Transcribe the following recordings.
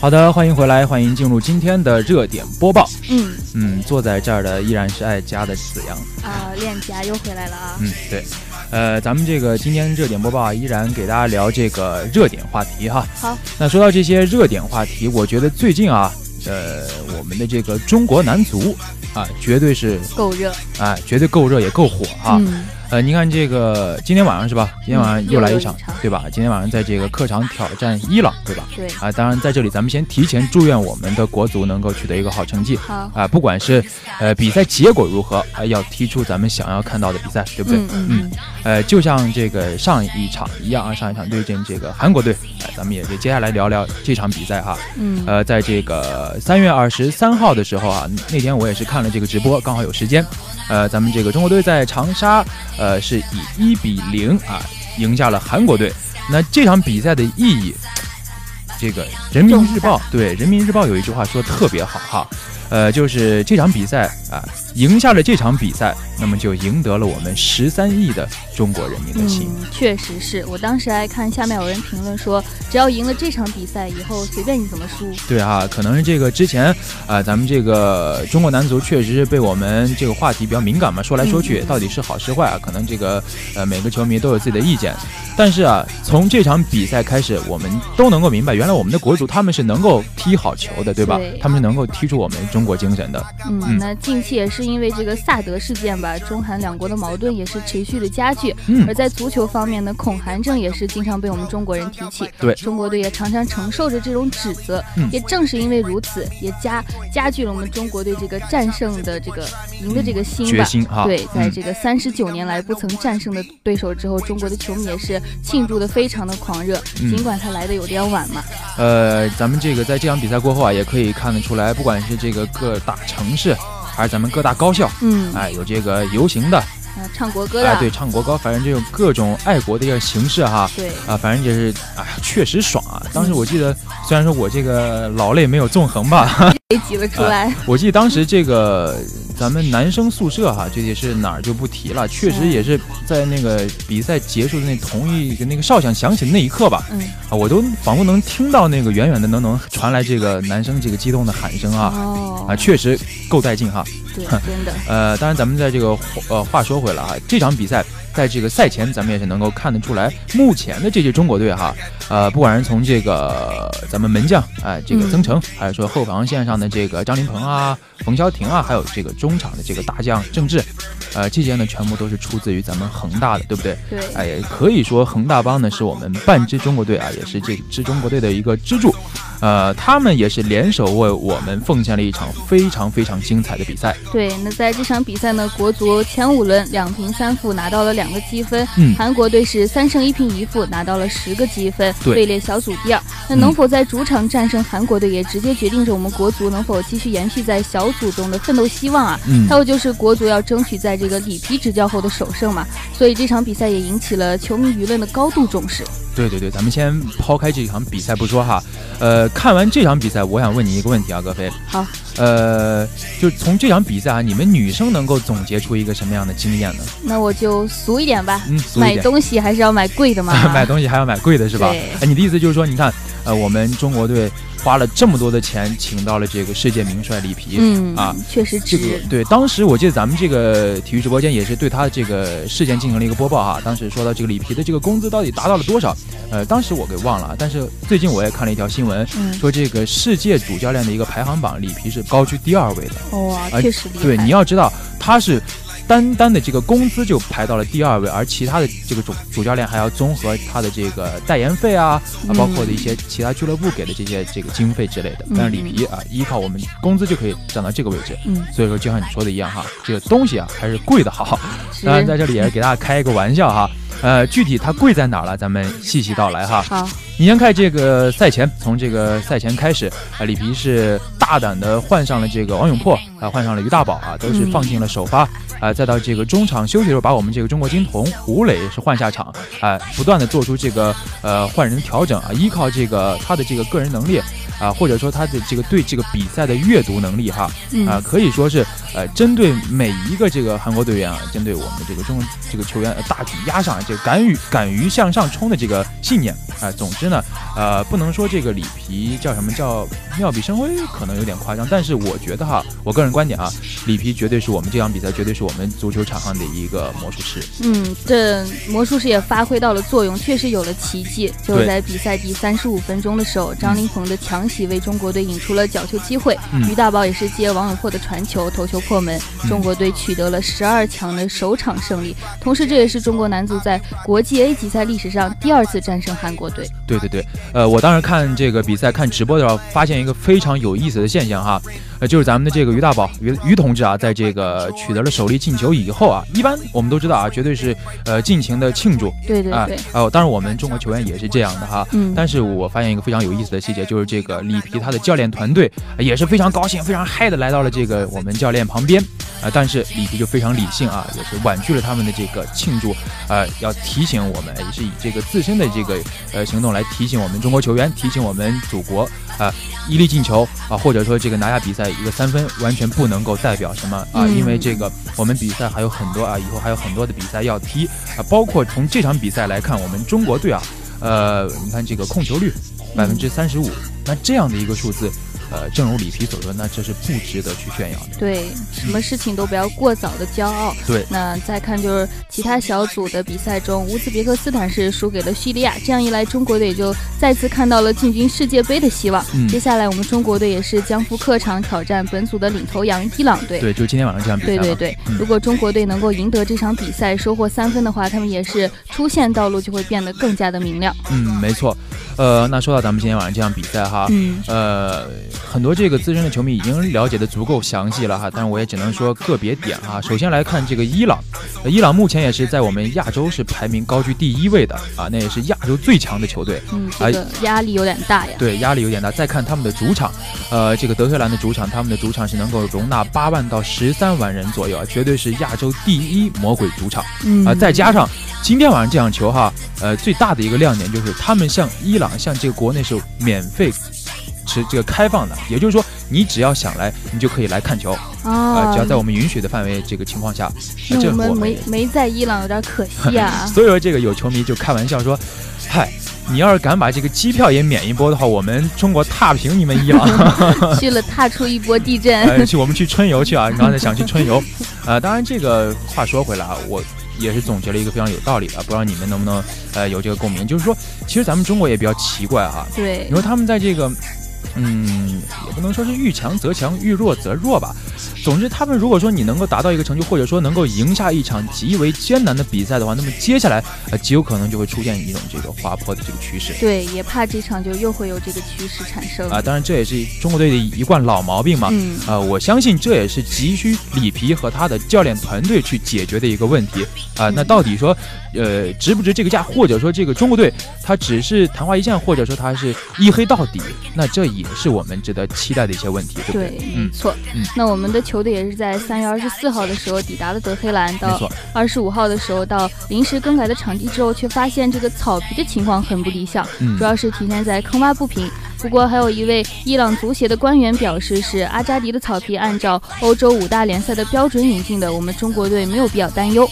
好的，欢迎回来，欢迎进入今天的热点播报。嗯嗯，坐在这儿的依然是爱家的子阳。啊，链家又回来了啊。嗯，对，呃，咱们这个今天热点播报啊，依然给大家聊这个热点话题哈。好，那说到这些热点话题，我觉得最近啊，呃，我们的这个中国男足啊，绝对是够热啊、绝对够热也够火哈。嗯，呃，您看这个今天晚上是吧？今天晚上嗯又来又有一一场，场对吧？今天晚上在这个客场挑战伊朗，对吧？对，啊，当然在这里咱们先提前祝愿我们的国足能够取得一个好成绩。好，啊，不管是呃比赛结果如何，啊、要踢出咱们想要看到的比赛，对不对？嗯嗯呃，就像这个上一场一样啊，上一场对阵这个韩国队，啊，咱们也是接下来聊聊这场比赛哈。嗯嗯，呃，在这个三月二十三号的时候啊，那天我也是看了这个直播，刚好有时间。呃，咱们这个中国队在长沙，呃，是以一比零啊赢下了韩国队。那这场比赛的意义，这个《人民日报》对《人民日报》有一句话说的特别好哈，呃，就是这场比赛啊、赢下了这场比赛，那么就赢得了我们十三亿的中国人民的心。嗯，确实是我当时还看下面有人评论说，只要赢了这场比赛以后，随便你怎么输，对啊，可能是这个之前啊、咱们这个中国男足确实是被我们这个话题比较敏感嘛，说来说去嗯到底是好是坏啊，可能这个呃每个球迷都有自己的意见。但是啊，从这场比赛开始，我们都能够明白，原来我们的国足他们是能够踢好球的，对吧？对他们是能够踢出我们中国精神的。嗯嗯，那近期也是因为这个萨德事件吧，中韩两国的矛盾也是持续的加剧。嗯而在足球方面呢，恐韩症也是经常被我们中国人提起，对中国队也常常承受着这种指责。嗯也正是因为如此，也加加剧了我们中国队这个战胜的这个赢的这个心决吧。心哈，对，在嗯这个三十九年来不曾战胜的对手之后，中国的球迷也是庆祝的非常的狂热，嗯尽管他来的有点晚嘛。呃，咱们这个在这场比赛过后啊，也可以看得出来，不管是这个各大城市，还是咱们各大高校，嗯，哎、有这个游行的，呃唱国歌的，哎，对，唱国歌，反正这种各种爱国的一个形式哈，对啊，反正就是，哎呀，确实爽啊！当时我记得，虽然说我这个劳累没有纵横吧， 被挤了出来。我记得当时这个咱们男生宿舍哈，这也是哪儿就不提了，确实也是在那个比赛结束的那同一个那个哨响响起的那一刻吧，嗯，啊，我都仿佛能听到那个远远的能能传来这个男生这个激动的喊声啊。哦，啊，确实够带劲哈！ 对，真的，呃，当然，咱们在这个呃，话说回来啊，这场比赛在这个赛前，咱们也是能够看得出来，目前的这支中国队哈，呃，不管是从这个呃咱们门将哎、这个嗯曾诚，还是说后防线上的这个张琳芃啊、冯潇霆啊，还有这个中场的这个大将郑智，呃，这些呢全部都是出自于咱们恒大的，对不对？对，哎，也可以说恒大帮呢是我们半支中国队啊，也是这支中国队的一个支柱。呃，他们也是联手为我们奉献了一场非常非常精彩的比赛。对。那在这场比赛呢，国足前五轮两平三负拿到了两个积分，嗯韩国队是三胜一平一负拿到了十个积分，对位列小组第二。那嗯能否在主场战胜韩国队，也直接决定着我们国足能否继续延续在小组中的奋斗希望啊。嗯还有就是国足要争取在这个里皮执教后的首胜嘛，所以这场比赛也引起了球迷舆论的高度重视。对对对，咱们先抛开这场比赛不说哈，呃，看完这场比赛，我想问你一个问题啊，葛飞。好。呃，就从这场比赛啊，你们女生能够总结出一个什么样的经验呢？那我就俗一点吧，嗯，俗一买点，东西还是要买贵的嘛。 买东西还要买贵的是吧？对哎，你的意思就是说，你看，呃，我们中国队花了这么多的钱，请到了这个世界名帅里皮。嗯啊，确实这值。个对，当时我记得咱们这个体育直播间也是对他这个事件进行了一个播报哈。当时说到这个里皮的这个工资到底达到了多少，呃，当时我给忘了，但是最近我也看了一条新闻，嗯，说这个世界主教练的一个排行榜，里皮是高居第二位的。哇，而确实厉害。啊对，你要知道他是单单的这个工资就排到了第二位，而其他的这个主主教练还要综合他的这个代言费啊，啊嗯包括的一些其他俱乐部给的这些这个经费之类的。但是里皮啊，依靠我们工资就可以涨到这个位置。嗯，所以说，就像你说的一样哈，这个东西啊还是贵的好。是啊当然，在这里也是给大家开一个玩笑哈。呃，具体它贵在哪儿了，咱们细细道来哈。好，你先看这个赛前，从这个赛前开始啊，里皮是大胆的换上了这个王永珀啊，换上了于大宝啊，都是放进了首发啊，再到这个中场休息的时候，把我们这个中国金童吴磊是换下场啊，不断的做出这个呃换人调整啊，依靠这个他的这个个人能力啊，或者说他的这个对这个比赛的阅读能力哈嗯啊，可以说是呃针对每一个这个韩国队员啊，针对我们这个中这个球员呃大体压上啊这个敢于敢于向上冲的这个信念啊、总之呢，呃，不能说这个里皮叫什么叫妙笔生辉，可能有点夸张，但是我觉得哈，我个人观点啊，里皮绝对是我们这场比赛绝对是我们足球场上的一个魔术师。嗯，这魔术师也发挥到了作用，确实有了奇迹。就是在比赛第三十五分钟的时候，张琳芃的强袭为中国队引出了角球机会，嗯于大宝也是接王永珀的传球头球破门，嗯中国队取得了十二强的首场胜利。同时，这也是中国男足在国际 A 级赛历史上第二次战胜韩国队。对对对，呃，我当时看这个比赛看直播的时候，发现一个非常有意思的现象哈，呃，就是咱们的这个于大宝于于同志啊，在这个取得了首粒进球以后啊，一般我们都知道啊，绝对是呃尽情的庆祝对对啊对，，哦、当然我们中国球员也是这样的哈。嗯，但是我发现一个非常有意思的细节，就是这个里皮他的教练团队呃也是非常高兴、非常嗨的来到了这个我们教练旁边啊、呃但是里皮就非常理性啊，也是婉拒了他们的这个庆祝，呃，要提醒我们，也是以这个自身的这个呃行动来提醒我们中国球员，提醒我们祖国啊、一粒进球啊、或者说这个拿下比赛一个三分，完全不能够代表什么啊、嗯因为这个我们比赛还有很多啊，以后还有很多的比赛要踢啊、包括从这场比赛来看，我们中国队啊，呃，你看这个控球率百分之三十五，那这样的一个数字，呃，正如里皮所说，那这是不值得去炫耀的。对，什么事情都不要过早的骄傲。对那再看就是其他小组的比赛中，乌兹别克斯坦是输给了叙利亚，这样一来，中国队也就再次看到了进军世界杯的希望。嗯接下来，我们中国队也是将赴客场挑战本组的领头羊伊朗队。对，就今天晚上这场比赛对嘛。对对嗯，如果中国队能够赢得这场比赛，收获三分的话，他们也是出线道路就会变得更加的明亮。嗯，没错。呃，那说到咱们今天晚上这场比赛哈，嗯，呃，很多这个资深的球迷已经了解的足够详细了哈，但是我也只能说个别点哈。首先来看这个伊朗，呃伊朗目前也是在我们亚洲是排名高居第一位的啊，那也是亚洲最强的球队。嗯，这个压力有点大呀。对，压力有点大。再看他们的主场，呃，这个德黑兰的主场，他们的主场是能够容纳八万到十三万人左右啊，绝对是亚洲第一魔鬼主场。嗯啊、再加上今天晚上这场球哈，呃，最大的一个亮点就是他们向伊朗、向这个国内是免费持这个开放的，也就是说，你只要想来，你就可以来看球，呃，啊只要，在我们允许的范围这个情况下，呃、那这我我们们没也。。没在伊朗有点可惜啊 所以说，这个有球迷就开玩笑说：“嗨，你要是敢把这个机票也免一波的话，我们中国踏平你们伊朗。”去了踏出一波地震。呃，去我们去春游去啊！你刚才想去春游， 呃，当然这个话说回来啊，我也是总结了一个非常有道理的，不知道你们能不能呃有这个共鸣，就是说，其实咱们中国也比较奇怪啊哈、对你，说他们在这个。嗯，也不能说是遇强则强，遇弱则弱吧。总之，他们如果说你能够达到一个成就，或者说能够赢下一场极为艰难的比赛的话，那么接下来呃极有可能就会出现一种这个滑坡的这个趋势。对，也怕这场就又会有这个趋势产生。啊，当然这也是中国队的一贯老毛病嘛。嗯，呃，我相信这也是急需里皮和他的教练团队去解决的一个问题啊、那嗯到底说，呃，值不值这个价，或者说这个中国队他只是昙花一现，或者说他是一黑到底，那这也是我们值得期待的一些问题，对不对？对，嗯没错嗯。那我们的球队也是在三月二十四号的时候抵达了德黑兰，没到错，二十五号的时候到临时更改的场地之后，却发现这个草皮的情况很不理想，嗯主，要是体现在坑洼不平。不过，还有一位伊朗足协的官员表示，是阿扎迪的草皮按照欧洲五大联赛的标准引进的，我们中国队没有必要担忧。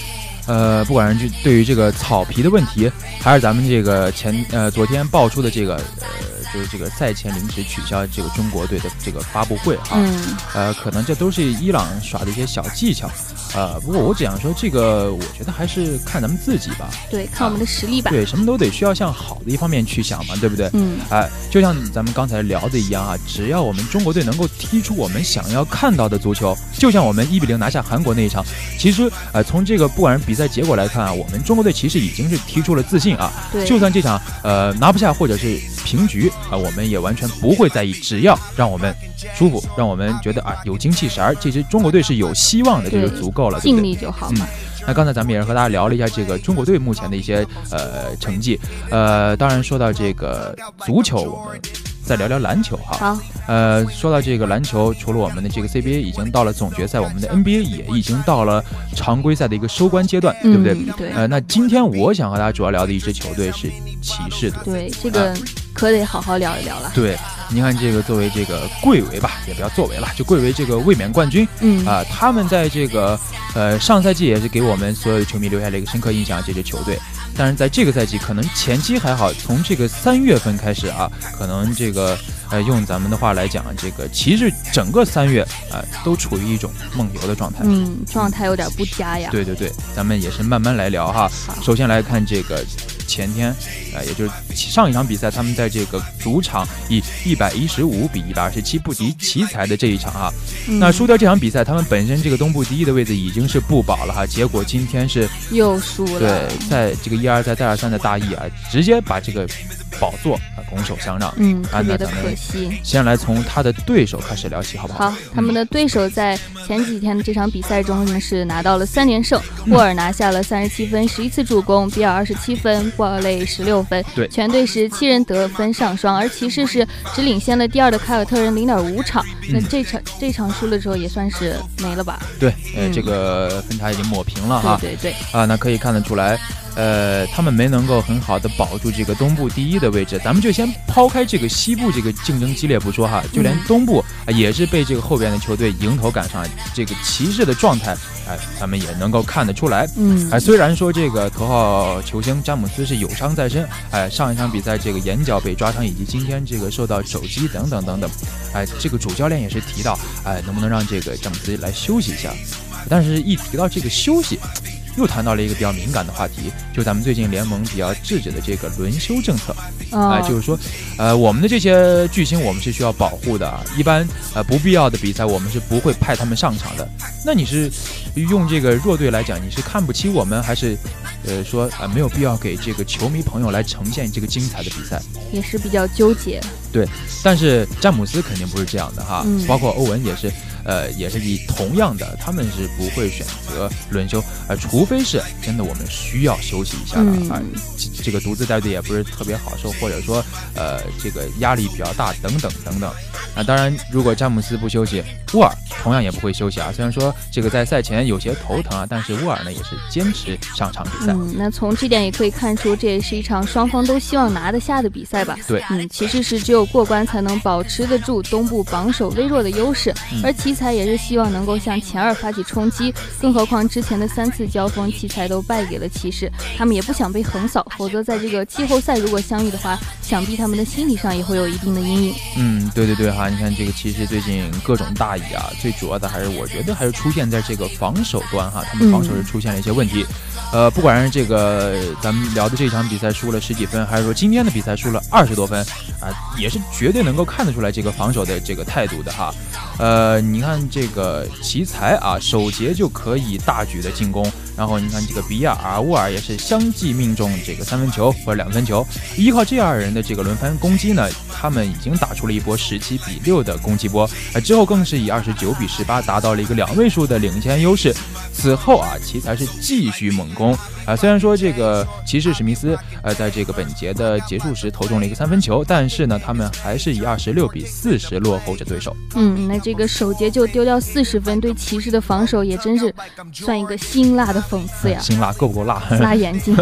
呃，不管是就对于这个草皮的问题，还是咱们这个前呃昨天爆出的这个呃。就是这个赛前临时取消这个中国队的这个发布会啊，嗯，呃，可能这都是伊朗耍的一些小技巧，呃，不过我只想说，这个我觉得还是看咱们自己吧，对，看我们的实力吧。对，什么都得需要向好的一方面去想嘛，对不对？嗯。哎、就像咱们刚才聊的一样啊，只要我们中国队能够踢出我们想要看到的足球，就像我们一比零拿下韩国那一场，其实呃，从这个不管是比赛结果来看啊，我们中国队其实已经是踢出了自信啊，对，就算这场呃拿不下或者是平局啊、我们也完全不会在意，只要让我们舒服，让我们觉得啊有精气神儿，其实中国队是有希望的，这就对足够了，对不尽对？力就好嗯嘛。那刚才咱们也是和大家聊了一下这个中国队目前的一些呃成绩，呃，当然说到这个足球，我们再聊聊篮球哈。好，呃，说到这个篮球，除了我们的这个 CBA 已经到了总决赛，我们的 NBA 也已经到了常规赛的一个收官阶段，对不对？嗯，对呃，那今天我想和大家主要聊的一支球队是骑士队。对，这啊个可得好好聊一聊了。对，你看这个作为这个贵为吧，也不要作为了，就贵为这个卫冕冠军嗯，啊、他们在这个呃上赛季也是给我们所有的球迷留下了一个深刻印象，这支球队。但是在这个赛季，可能前期还好，从这个三月份开始啊，可能这个呃用咱们的话来讲，啊这个骑士整个三月啊、都处于一种梦游的状态。嗯，状态有点不佳呀。对对对，咱们也是慢慢来聊哈。好，首先来看这个前天，呃，也就是上一场比赛，他们在这个主场以一百一十五比一百二十七不敌奇才的这一场啊，嗯那输掉这场比赛，他们本身这个东部第一的位置已经是不保了哈，结果今天是又输对了。，在这个一而再再而三的大意啊，直接把这个宝座啊拱手相让。嗯，特别按照的咱们可惜。先来从他的对手开始聊起，好不好？好，他们的对手在前几天的这场比赛中呢是拿到了三连胜，沃尔拿下了三十七分、十一次助攻，比尔二十七分，鲍类十六分，对全队是七人得分上双，而骑士是只领先了第二的凯尔特人零点五场。那嗯这场这场输了之后也算是没了吧？对，呃，嗯这个分差已经抹平了哈。对对对，啊，那可以看得出来，呃，他们没能够很好的保住这个东部第一的位置。咱们就先抛开这个西部这个竞争激烈不说哈，就连嗯东部、啊也是被这个后边的球队迎头赶上，这个骑士的状态，哎、咱们也能够看得出来。嗯哎，，虽然说这个头号球星詹姆斯是有伤在身，哎，上一场比赛这个眼角被抓伤，以及今天这个受到手机等等等等，哎，这个主教练也是提到，哎，能不能让这个詹姆斯来休息一下？但是，一提到这个休息，又谈到了一个比较敏感的话题，就是咱们最近联盟比较制止的这个轮休政策。啊、哦就是说，呃，我们的这些巨星我们是需要保护的啊，一般呃不必要的比赛我们是不会派他们上场的。那你是用这个弱队来讲，你是看不起我们，还是呃说啊、呃没有必要给这个球迷朋友来呈现这个精彩的比赛？也是比较纠结。但是詹姆斯肯定不是这样的哈，嗯包括欧文也是，呃，也是以同样的，他们是不会选择轮休，呃，除非是真的我们需要休息一下了、嗯啊，这这个独自带队也不是特别好受，或者说呃这个压力比较大等等等等。啊，当然，如果詹姆斯不休息，沃尔同样也不会休息啊。虽然说这个在赛前有些头疼啊，但是沃尔呢也是坚持上场比赛。嗯，那从这点也可以看出，这也是一场双方都希望拿得下的比赛吧。对嗯，骑士是只有过关才能保持得住东部榜首微弱的优势，嗯而奇才也是希望能够向前二发起冲击。更何况之前的三次交锋，奇才都败给了骑士，他们也不想被横扫，否则在这个季后赛如果相遇的话，想必他们的心理上也会有一定的阴影。嗯，对对对哈，你看这个骑士最近各种大意啊，最主要的还是我觉得还是出现在这个防守端哈，他们防守是出现了一些问题。呃，不管是这个咱们聊的这场比赛输了十几分，还是说今天的比赛输了二十多分啊、也是绝对能够看得出来这个防守的这个态度的哈。呃，你看这个奇才啊，首节就可以大举的进攻，然后你看这个比亚尔、沃尔也是相继命中这个三分球或者两分球，依靠这二人的这个轮番攻击呢，他们已经打出了一波十七比六的攻击波，呃，之后更是以二十九比十八达到了一个两位数的领先优势。此后啊，奇才是继续猛攻啊、虽然说这个骑士史密斯呃在这个本节的结束时投中了一个三分球，但是呢，他们还是以二十六比四十落后着对手。嗯，那这个首节就丢掉四十分，对骑士的防守也真是算一个辛辣的讽刺呀。辛辣够不够辣？辣眼 睛。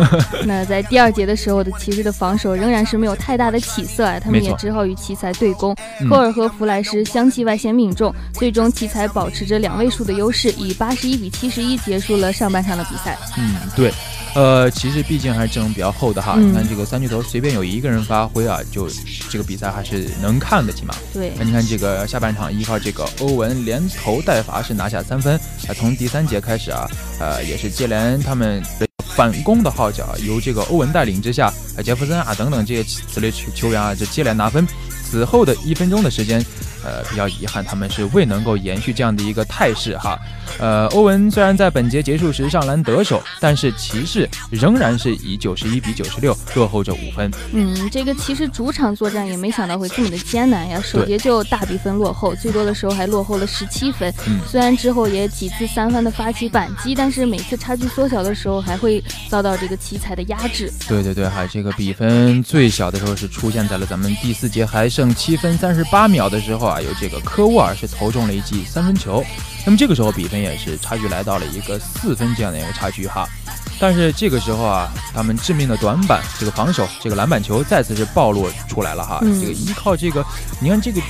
那在第二节的时候的骑士的防守仍然是没有太大的起色啊，他们没也错只好与奇才对攻。嗯科尔和弗莱什相继外线命中，最终奇才保持着两位数的优势，以八十一比七十一结束了上半场的比赛。嗯，对，呃，其实毕竟还是阵容比较厚的哈，嗯你看这个三巨头随便有一个人发挥啊，就这个比赛还是能看的，起码。对，那你看这个下半场依靠这个欧文连投带罚是拿下三分，啊、从第三节开始啊，呃，也是接连他们的反攻的号角啊由这个欧文带领之下，啊呃，杰弗森啊等等这些此类球球员啊，就接连拿分。此后的一分钟的时间，呃，比较遗憾，他们是未能够延续这样的一个态势哈。呃，欧文虽然在本节结束时上篮得手，但是骑士仍然是以九十一比九十六落后着五分。嗯，这个骑士主场作战也没想到会这么的艰难呀，首节就大比分落后，最多的时候还落后了十七分。嗯虽然之后也几次三番的发起反击，但是每次差距缩小的时候，还会遭到这个奇才的压制。对对对，哈，这个比分最小的时候是出现在了咱们第四节还剩七分三十八秒的时候啊，有这个科沃尔是投中了一记三分球，那么这个时候比分也是差距来到了一个四分这样的一个差距哈。但是这个时候啊，他们致命的短板，这个防守，这个篮板球再次是暴露出来了哈。嗯这个依靠这个，你看这个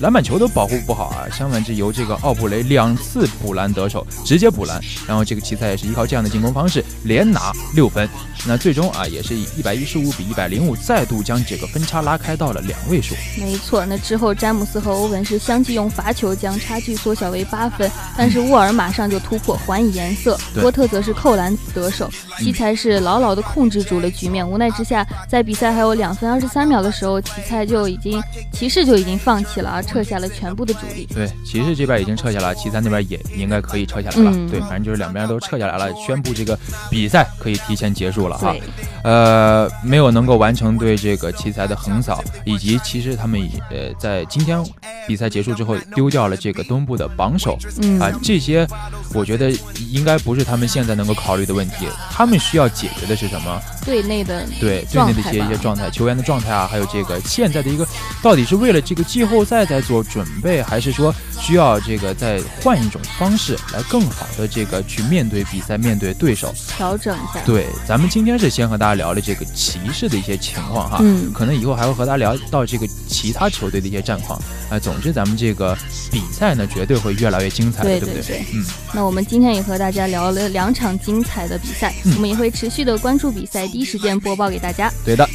篮板球都保护不好啊，相反是由这个奥普雷两次补篮得手，直接补篮，然后这个奇才也是依靠这样的进攻方式连拿六分，那最终啊，也是以一百一十五比一百零五，再度将这个分差拉开到了两位数。没错，那之后詹姆斯和欧文是相继用罚球将差距缩小为八分，但是沃尔马上就突破，还以颜色。对嗯波特则是扣篮得手，奇才是牢牢的控制住了局面。无奈之下，在比赛还有两分二十三秒的时候，奇才就已经骑士就已经放弃了啊，撤下了全部的主力。对，骑士这边已经撤下了，奇才那边也应该可以撤下来了。嗯对，反正就是两边都撤下来了，宣布这个比赛可以提前结束了哈对。，呃，没有能够完成对这个奇才的横扫，以及其实他们已呃在今天比赛结束之后丢掉了这个东部的榜首嗯，啊、这些我觉得应该不是他们现在能够考虑的问题，他们需要解决的是什么？队内的对队状内的一态些吧一些状态，球员的状态啊，还有这个现在的一个，到底是为了这个季后赛在做准备，还是说需要这个再换一种方式来更好的这个去面对比赛，面对对手？调整一下。对，咱们今天是先和大家聊了这个骑士的一些情况哈。嗯可能以后还会和大家聊到这个其他球队的一些战况啊、总之，咱们这个比赛呢，绝对会越来越精彩的，对不对对嗯，那我们今天也和大家聊了两场精彩的比赛，嗯我们也会持续的关注比赛，第一时间播报给大家。对的。